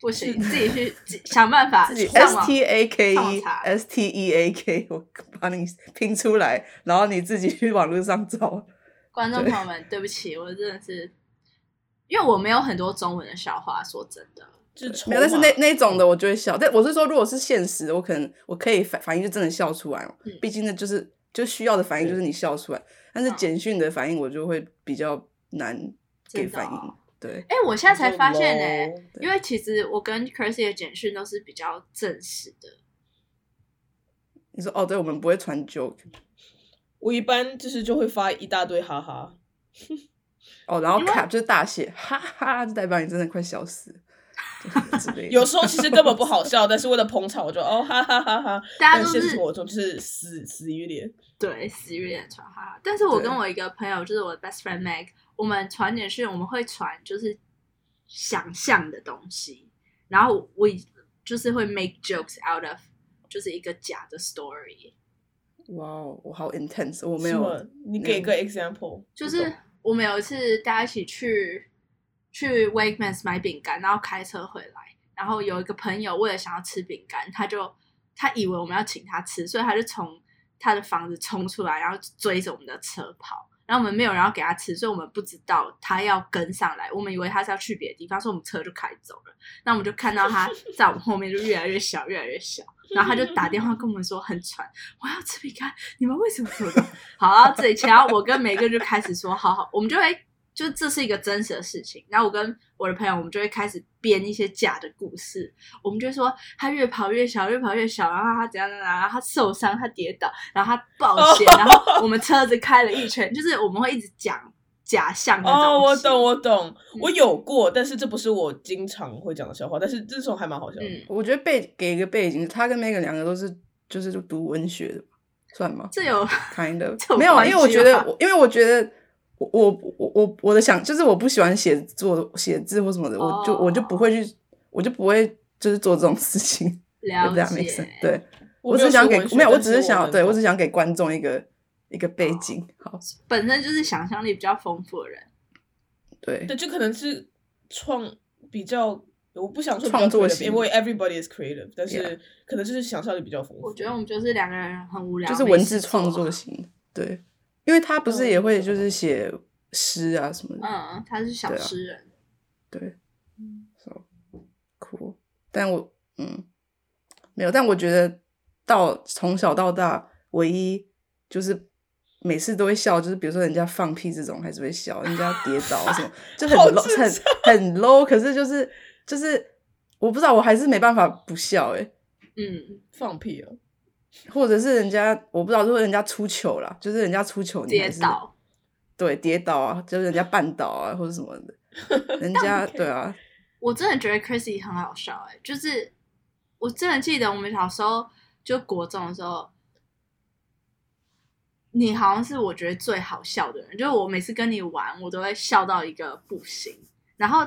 不 (laughs) 行，自己去自己想办法自己啊上 S 网 T A K 上网 E 查 S T E A K，我把你拼出来，然后你自己去网络上找。观众朋友们，对不起，我真的是，因为我没有很多中文的笑话，说真的，就是没有，但是筹码那那嗯种的我就会笑。但我是说，如果是现实，我可能我可以反反应就真的笑出来嘛嗯。毕竟那就是就需要的反应就是你笑出来，但是嗯简讯的反应我就会比较难给真的反哦应。对，哎、我现在才就发现 low 呢、对因为其实我跟 Chrissy 的简讯都是比较正式的，你说哦，对，我们不会传 joke 嗯我一般就是就会发一大堆哈哈，哦，然后因为 cap 就是大写，哈哈，就代表你真的快笑死了之类的。有时候其实根本不好笑，但是为了捧场，我就哦哈哈哈哈。大家但都现实是生活中就是死死鱼脸，对死鱼脸传哈哈。但是我对跟我一个朋友，就是我的 best friend Meg，我们传简讯，我们会传就是想象的东西，然后我就是会 make jokes out of 就是一个假的 story，哇哦，我好 intense，我没什有么。你给个 example，就是我们有一次大家一起去去 Wegmans 买饼干，然后开车回来，然后有一个朋友为了想要吃饼干，他就他以为我们要请他吃，所以他就从他的房子冲出来，然后追着我们的车跑。然后我们没有人要给他吃，所以我们不知道他要跟上来，我们以为他是要去别的地方，所以我们车就开走了。那我们就看到他在我们后面就越来越小，越来越小。然后他就打电话跟我们说很喘，我要吃饼干，你们为什么走的？ (laughs) 好，啊然后这里，然后我跟每个人就开始说，好好，我们就会，就这是一个真实的事情。然后我跟我的朋友，我们就会开始编一些假的故事，我们就会说他越跑越小，越跑越小，然后他怎样怎样，然后他受伤，他跌倒，然后他 (laughs) 抱歉，然后我们车子开了一圈，就是我们会一直讲假象的东西。哦，我懂，我懂，嗯我有过，但是这不是我经常会讲的笑话，但是这种还蛮好笑的。嗯，我觉得背给一个背景，他跟 Megan 两个都是就是读文学的，算吗这有 (laughs) ？Kind 这 of 有没有啊，关因为我系觉得吗我，因为我觉得我我我我我的想就是我不喜欢写作写字或什么的，我就我就不会去，我就不会就是做这种事情。了这样 make 解 sense，。对我没只有想学给文学没有，我但只是想能对我懂只想给观众一个一个背景。好，本身就是想象力比较丰富的人，对对，这可能是创比较，我不想说比较创作 creative，因型为 everybody is creative，但是 Yeah 可能就是想象力比较丰富。我觉得我们就是两个人很无聊，就是啊没文事字创做啊作型，对，因为他不是嗯也会就是写诗啊什么的，嗯，他是小对啊诗人。对，so 嗯 cool。但我嗯没有，但我觉得到从小到大，唯一就是每次都会笑，就是比如说人家放屁这种还是会笑，人家跌倒啊什么，就 (laughs) 很好 low 智很障很 low，可是就是就是我不知道，我还是没办法不笑欸诶、嗯，放屁啊！或者是人家我不知道，如果人家出糗了，就是人家出糗，你跌还是倒，对跌倒啊，就是人家绊倒啊或者什 (laughs) 么的，人家对啊，我真的觉得 Chrissy 很好笑哎、就是我真的记得我们小时候就国中的时候，你好像是我觉得最好笑的人，就是我每次跟你玩，我都会笑到一个不行。然后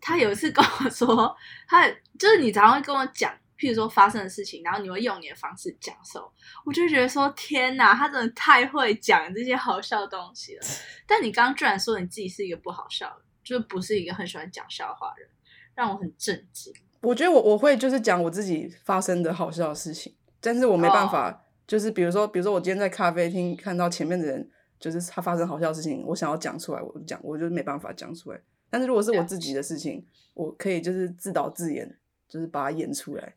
他有一次跟我说，他就是你常常会跟我讲，譬如说发生的事情，然后你会用你的方式讲授，我就觉得说天哪，他真的太会讲这些好笑的东西了。但你刚刚居然说你自己是一个不好笑的，就是不是一个很喜欢讲笑话的人，让我很震惊。我觉得我我会就是讲我自己发生的好笑的事情，但是我没办法就是比如说比如说我今天在咖啡厅看到前面的人，就是他发生好笑的事情，我想要讲出来，我就讲我就没办法讲出来。但是如果是我了自己的事情，我可以就是自导自演，就是把它演出来。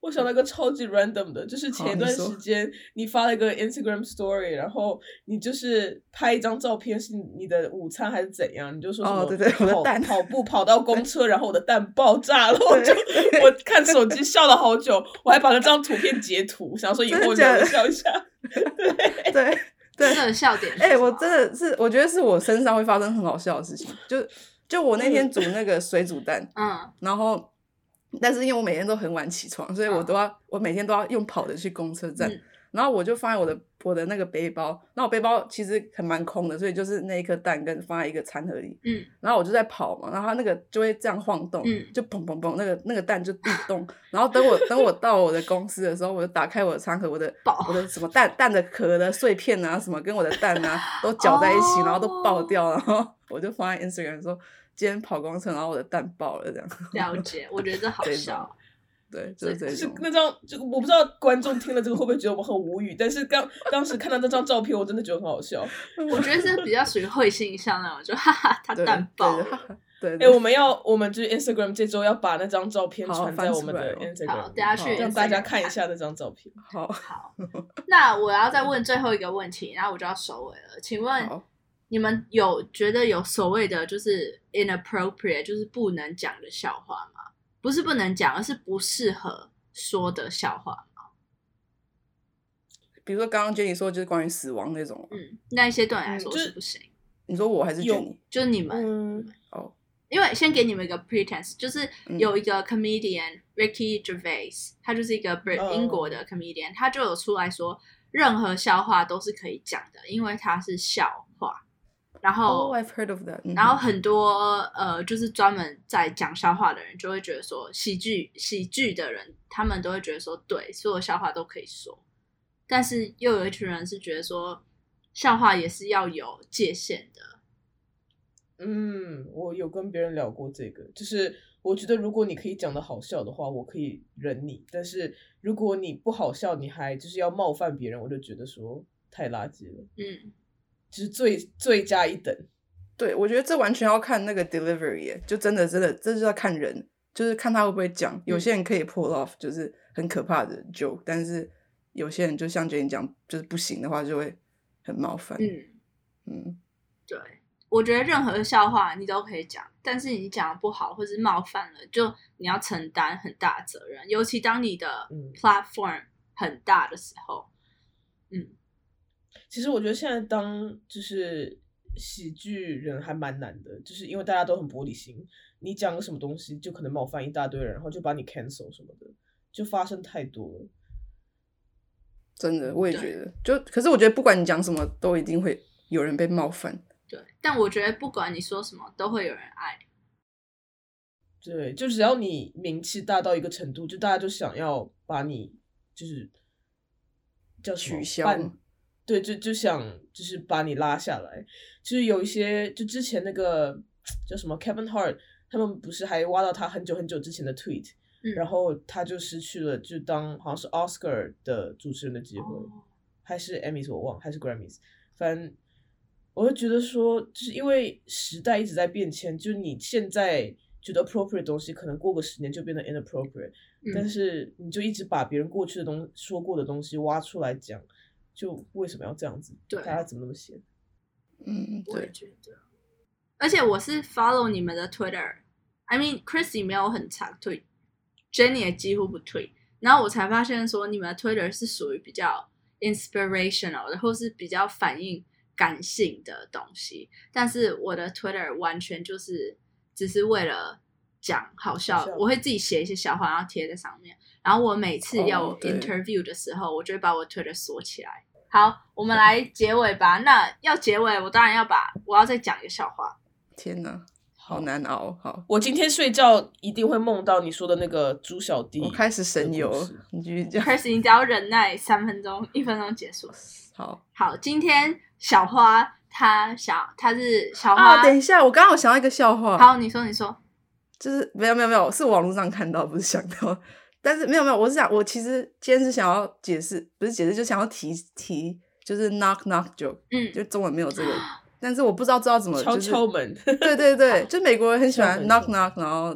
我想到一个超级 random 的，就是好前一你段说时间你发了一个 Instagram story，然后你就是拍一张照片，是你你的午餐还是怎样？你就说什哦么对对我的跑蛋跑步跑到公车，然后我的蛋爆炸 (laughs) 了，我就对我看手机笑了好久，我还把那张图片截图，想说以真的后假留的笑一下。对对，这个笑点是哎、什么，我真的是，我觉得是我身上会发生很好笑的事情。就就我那天煮那个水煮蛋，嗯，然后但是因为我每天都很晚起床，所以我都要、我每天都要用跑的去公车站，啊嗯然后我就放在我的我的那个背包，那我背包其实很蛮空的，所以就是那一颗蛋跟放在一个餐盒里，嗯，然后我就在跑嘛，然后它那个就会这样晃动，嗯就砰砰砰，那个那个蛋就地动，然后等我等我到我的公司的时候，我就打开我的餐盒，我的 (laughs) 爆我的什么蛋蛋的壳的碎片啊，什么跟我的蛋啊 (laughs) 都搅在一起，然后都哦爆掉，然后我就放在 Instagram 说今天跑公车，然后我的蛋爆了这样，了解，我觉得这好这种笑。哦对，就是这这就是种。那张，就我不知道观众听了这个会不会觉得我很无语，但是刚当时看到那张照片，我真的觉得很好笑。 (laughs) 我觉得这比较属于会心一笑那种，就哈哈，他对蛋爆对了。对，哎，对我们要，我们就是 Instagram 这周要把那张照片好传翻在我出们来的哦 Instagram，好，等下去好让 Instagram 大家看一。下那张照片。好好，那我要再问最后一个问题，然后我就要收尾了。请问好，你们有觉得有所谓的就是 inappropriate，就是不能讲的笑话吗？不是不能讲，而是不适合说的笑话。比如说刚刚 Jenny 说就是关于死亡那种，嗯，那一些对你来嗯说就是是不行，你说我还是有 Jenny 就是你们嗯，哦，因为先给你们一个 pretense，就是嗯有一个 comedian、Ricky Gervais，他就是一个 Brit 哦英国的 comedian，他就有出来说，任何笑话都是可以讲的，因为它是笑话。然后哦，I've heard of that，嗯然后很多呃，就是专门在讲笑话的人，就会觉得说，喜剧喜剧的人，他们都会觉得说，对，所有笑话都可以说。但是又有一群人是觉得说，笑话也是要有界限的。嗯，我有跟别人聊过这个，就是我觉得如果你可以讲的好笑的话，我可以忍你；但是如果你不好笑，你还就是要冒犯别人，我就觉得说太垃圾了，嗯，就是罪罪加一等。对，我觉得这完全要看那个 delivery，耶就真的真的，这就要看人，就是看他会不会讲。有些人可以 pull off，就是很可怕的 joke，但是有些人就像 Jane 讲，就是不行的话就会很冒犯。嗯。嗯对，我觉得任何笑话你都可以讲，但是你讲的不好或是冒犯了，就你要承担很大的责任。尤其当你的嗯 platform 很大的时候，嗯，其实我觉得现在当就是喜剧人还蛮难的，就是因为大家都很玻璃心，你讲个什么东西就可能冒犯一大堆人，然后就把你 cancel 什么的，就发生太多了。真的，我也对觉得，就可是我觉得不管你讲什么，都一定会有人被冒犯。对。但我觉得不管你说什么，都会有人爱。对，就只要你名气大到一个程度，就大家就想要把你就是叫什么取消办吗对，就就想就是把你拉下来。就是有一些，就之前那个叫什么 Kevin Hart，他们不是还挖到他很久很久之前的 tweet，嗯，然后他就失去了就当好像是 Oscar 的主持人的机会，哦还是 Emmys 我忘，还是 Grammys，反正我就觉得说，就是因为时代一直在变迁，就是你现在觉得 appropriate 的东西，可能过个十年就变得 inappropriate，、但嗯，是你就一直把别人过去的东说过的东西挖出来讲，就为什么要这样子？对大家怎么那么闲？嗯，我也对，觉得。而且我是 follow 你们的 Twitter，I mean Chrissy 没有很常退，Jenny 也几乎不退。然后我才发现说，你们的 Twitter 是属于比较 inspirational 的，或是比较反映感性的东西，但是我的 Twitter 完全就是只是为了讲好笑，好笑我会自己写一些笑话，然后贴在上面。然后我每次要哦对 interview 的时候，我就会把我 Twitter 锁起来。好，我们 (laughs) 来结尾吧。那要结尾，我当然要把我要再讲一个笑话。天哪，好难熬。好，我今天睡觉一定会梦到你说的那个猪小弟。我开始神游这个故事，你继续讲。 Chris，你只要忍耐三分钟，一分钟结束。好好，今天小花她想，她是小花。啊，等一下，我刚好想到一个笑话。好，你说，你说。就是没有没有没有，是网络上看到，不是想到。 (laughs) 但是没有没有，我是想，我其实今天是想要解释，不是解释，就想要提提，就是 knock knock joke，嗯，就中文没 (sniffs) 有这个，但是我不知道知道怎么，敲就是敲门， (laughs) 对对 (laughs) 对，就美国人很喜欢敲门 knock 声 knock，然后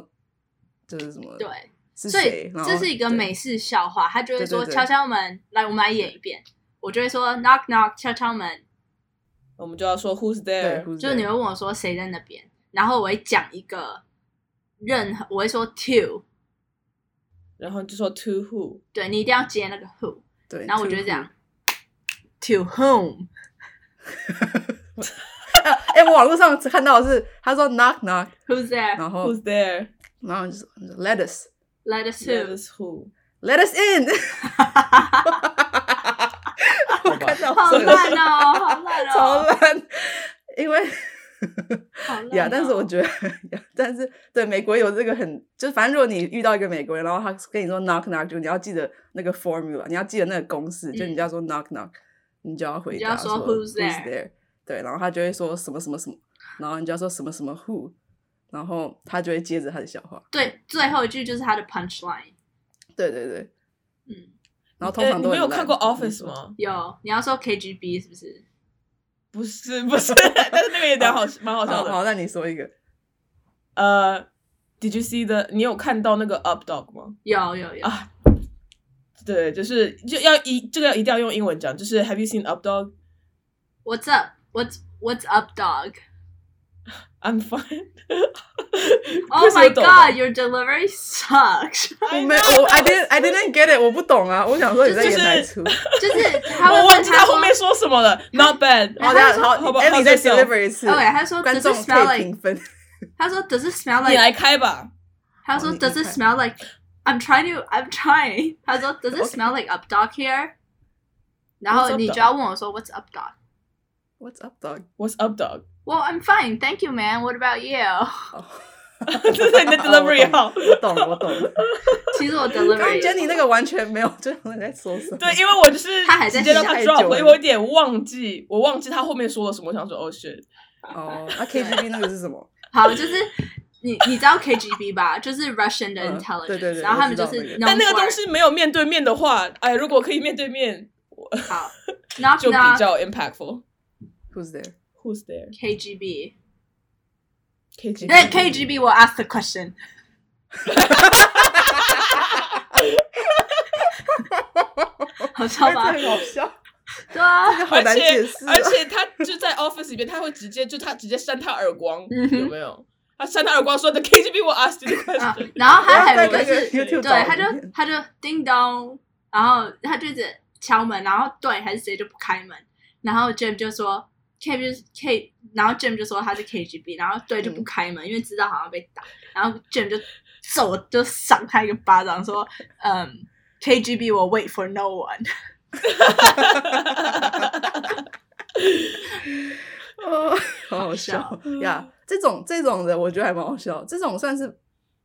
就是什么，对，是所谁以？然后这是一个对美式笑话，他就会对对说对敲敲门，来，我们来演一遍。我就会说 knock knock 敲敲门，我们就要说 Who's 对 there？， who's 就是你 there？会问我说谁在那边，然后我会讲一个任何，我会说 to，然后就说 To who？对你一定要接那个 who，对，然后我 to 就会这 who 样。To whom？哎、我网络上看到的是他说 knock knock， Who's there? 然后 Who's there？然后就是 let us Let us That who？ is who？ let us in， (laughs) 好吧， (laughs) 好烂哦，好烂 (laughs) 超哦，烂，因为。好烂。哦呀但是我觉得，呀但是对美国有这个很，就是反正如果你遇到一个美国人，然后他跟你说 knock knock，就你要记得那个 formula，你要记得那个公式，就你嗯就要说 knock knock，你就要回你就要答说 "Who's there？" 对，然后他就会说什么什么什么，然后你就要说什么什么 who，然后他就会接着他的笑话，对最后一句就是他的 punch line。对对对，嗯，然后通哎，常你都没很有烂嗯看过我跟你 Office 说吗？有你要说 KGB 是不是？不是 (laughs) 不是，但是那个也蛮好蛮好笑哦好，的。好，那你说一个，呃，Did you see the？你有看到那个 Up Dog 吗？有有有啊对，就是就要一这个要一定要用英文讲，就是 Have you seen Up Dog？ ，What's up? What's What's up, dog? I'm fine. (laughs) Oh Chris my 有懂吗 god, your delivery sucks. (laughs) 我 I 没 know，我 I didn't I didn't get it，我不懂啊，我想说你在就演是 (laughs) 台词。就是他会我忘问记他 (laughs) 他说后面说什么 (laughs) 了。Not bad。然好后他的，就好说，哎，你再 How's yourself？ deliver 一次。 ，OK，他说观 Does it 众 smell 可以 like？评分。 (laughs) 他说 Does it smell 你来 like？开吧。他说哦你 Does it 你看 smell like？I'm trying to, I'm trying. (laughs) 他说 Does it OK smell like up dog here？然后 What's up, 你就 dog？要问我说 What's up dog？ What's up, dog？ What's up, (laughs) dog？ (laughs) Well, I'm fine, thank you, man. What about you？ (laughs) 这是你的 delivery 好。我懂，我 (laughs) 懂。其 (laughs) 实我刚刚 delivery Jenny 那个完全没有，就想在说什么。对，因为我就是他还在直接让他想 drop，太久我了因为我有点忘记，我忘记他后面说了什么，我想说哦 shit，哦，那 KGB 那个是什么？ (laughs) 好，就是你你知道 KGB 吧？就是 Russian 的嗯 intelligence，、对对对然后他们我就知道是那个 known Uh, 但那个 for- 东西没有面对面的话，哎，如果可以面对面， (laughs) 好 knock 就比 knock 较 impactful。 Who's there？ Who's there? (laughs) KGB， KG 那 KGB 我 ask the (laughs) question，好 (laughs) 笑哎吧？这很好笑，对啊，好而难且解释啊而且他就在 office 里面，他会直接就他直接扇他耳光，嗯哼有没有？他扇他耳光说 The KGB will ask you the 啊 (laughs) question。然后他还有一我个要在是那，个对，YouTube 找他影就片他就叮咚，然后他就一直敲门，然后对还是谁就不开门，然后 Jim 就说 K 就是 K，然后 Jim 就说他是 KGB，然后对就不开门，因为知道好像被打，然后 Jim 就揍就赏他一个巴掌，说嗯 KGB 我 wait for no one，哦， (laughs) 好好笑呀！这种这种的，我觉得还蛮好笑。这种算是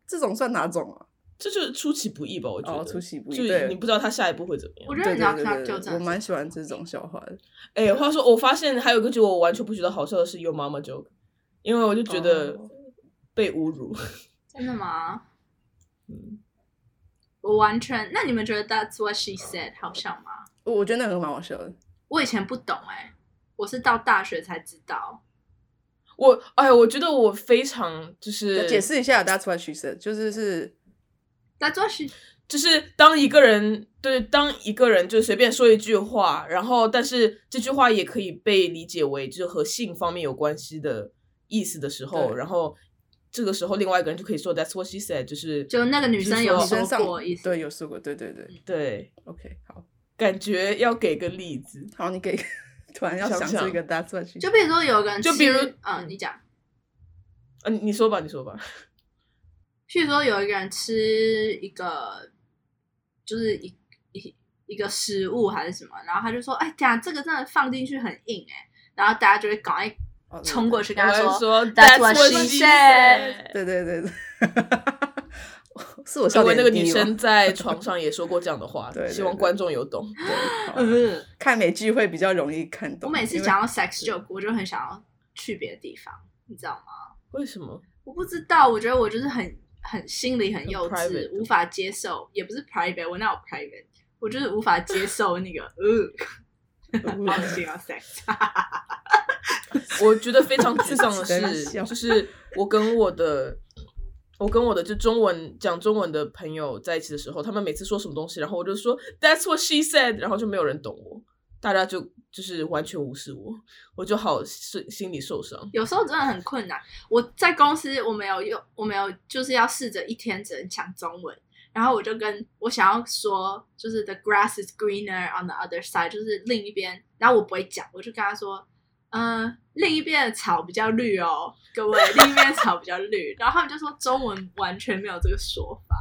这种算哪种啊？这就是出其不意吧，我觉得。哦，出其不就意。是你对不知道他下一步会怎么样我。觉得对你要对看对就对这对，我样，蛮喜欢这种笑话的。哎，话说，我发现还有一个就我完全不觉得好笑的是 Your Mama Joke，因为我就觉得哦被侮辱。真的吗？嗯我完全，那你们觉得 That's what she said 好笑吗？我我觉得那个蛮好笑的。我以前不懂哎、我是到大学才知道。我哎，我觉得我非常就是解释一下，That's what she said，就是是 That's what she 就是当一个人对当一个人就随便说一句话，然后但是这句话也可以被理解为就是和性方面有关系的意思的时候，对然后这个时候另外一个人就可以说 "That's what she said"，就是就那个女生有就是女说生上说过意思嗯对有说过，对对对对， ，OK，好。感觉要给个例子，好，你给，突然要想想想这个 that's what she 就比如说有个人吃，就比如嗯，你讲，嗯、你说吧，你说吧。譬如说有一个人吃一个，就是一一一个食物还是什么，然后他就说：“哎，讲这个真的放进去很硬哎。”然后大家就会赶快哦对冲过去跟他我还说。说 "That's what what she she said." said 对对对对，是我笑因为点那个女低吗哦 (laughs) 生在床上也说过这样的话对， (laughs) 对希望对观众有懂。对好呃看美剧会比较容易看懂。我每次因为讲到 sex joke，我就很想要去别的地方，你知道吗？为什么？我不知道，我觉得我就是很很心里很很幼 private 稚，无法接受，也不是 private，我哪有 private，我就是无法接受那个，呃， (laughs) 放心啊，sex，我觉得非常沮丧 (laughs) 真的是，笑就是我跟我的，我跟我的就中文讲中文的朋友在一起的时候，他们每次说什么东西，然后我就说 That's what she said，然后就没有人懂我，大家就就是完全无视我，我就好是心里受伤。有时候真的很困难。我在公司，我没有用，我没有就是要试着一天只能讲中文，然后我就跟我想要说，就是 the grass is greener on the other side，就是另一边，然后我不会讲，我就跟他说，嗯、另一边的草比较绿哦，各位，另一边的草比较绿， (laughs) 然后他们就说中文完全没有这个说法。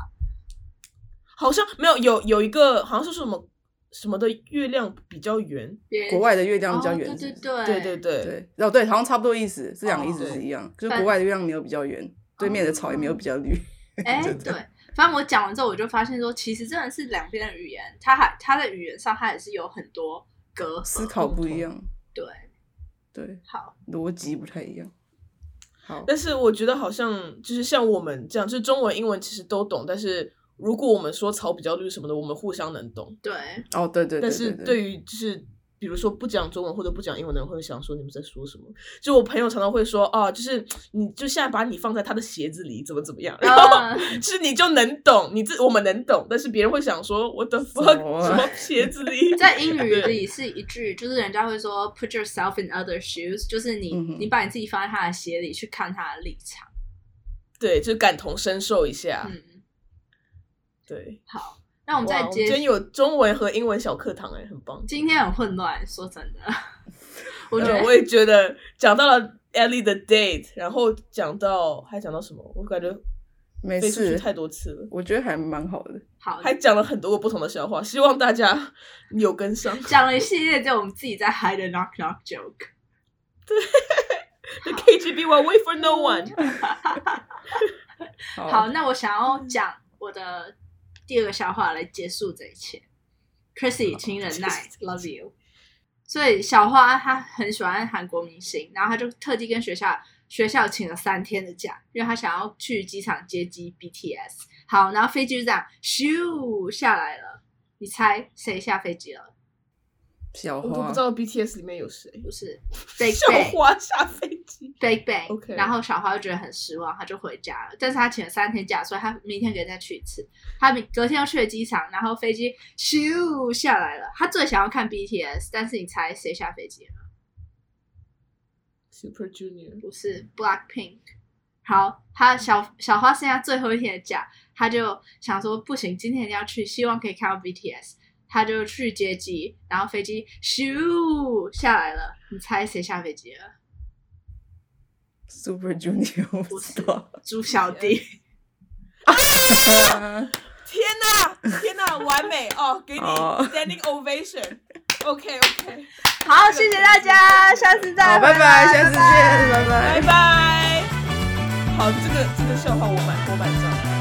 好像没有有有一个好像是什么什么的月亮比较圆，别国外的月亮比较圆，哦、对是不是对对对对对，对，哦对，好像差不多意思，这两个意思哦是一样，就是反国外的月亮没有比较圆，对面的草也没有比 (laughs) 较绿。 (laughs) 哎、对对，反正我讲完之后，我就发现说，其实真的是两边的语言，它还它的语言上，它也是有很多隔阂。思考不一样，对，对，哦好，逻辑不太一样。好，但是我觉得好像就是像我们这样，就是中文、英文其实都懂，但是如果我们说草比较绿什么的，我们互相能懂。 (laughs) 对，哦，对对对，但是对对于就是比如说不讲中文或者不讲英文的人，会想说你们在说什么？就我朋友常常会说啊，就是你就现在把你放在他的鞋子里，怎么怎么样，然后嗯，是你就能懂，你自我们能懂，但是别人会想说我 (laughs) 的 fuck 么啊什么鞋子里？在英语里是一句，就是人家会说 “put yourself in other shoes”，就是你、嗯哼你把你自己放在他的鞋里去看他的立场。 (laughs) 对，就感同身受一下。嗯，对，好，那我们啊哇再我们接今天有中文和英文小课堂、哎，很棒。今天很混乱，说真的， (laughs) 我我觉得、呃我也觉得讲到了 Ellie 的 date，然后讲到还讲到什么，我感觉没飞出去事，太多次了，我觉得还蛮好的。好，还讲了很多个不同的笑话，希望大家 (laughs) 有跟上。 (laughs) 讲了一系列，就我们自己在 hide a knock knock joke。 The KGB will wait for no one。好，啊好，那我想要讲我的第二个笑话来结束这一切。Chrissy，请忍耐结束这一，Love you。所以小花她很喜欢韩国明星，然后她就特地跟学校学校请了三天的假，因为她想要去机场接机 BTS。好，然后飞机就这样咻下来了，你猜谁下飞机了？小我花不知，道 BTS 里面有 (laughs) 谁。不是 Big 校 Bang。花下飞机， Big Bang，、 OK 然后小花就觉得很失望，她就回家了。但是她请了三天假，所以她明天可以再去一次。她明隔天又去了机场，然后飞机咻下来了。她最想要看 BTS，但是你猜谁下飞机了？ Super Junior，不是 Blackpink。好，她小小花剩下最后一天的假，她就想说不行，今天一定要去，希望可以看到 BTS。她就去接机，然后飞机咻下来了。你猜谁下飞机了？ Super Junior，我不不是 (laughs) 知道。猪小弟。啊天哪，天哪，完美哦，给你哦 (laughs) standing ovation。OK OK， (laughs) 好，谢谢大家，下次再好，会拜拜，下次见，拜拜。拜拜。好，这个这个笑话我买我买账。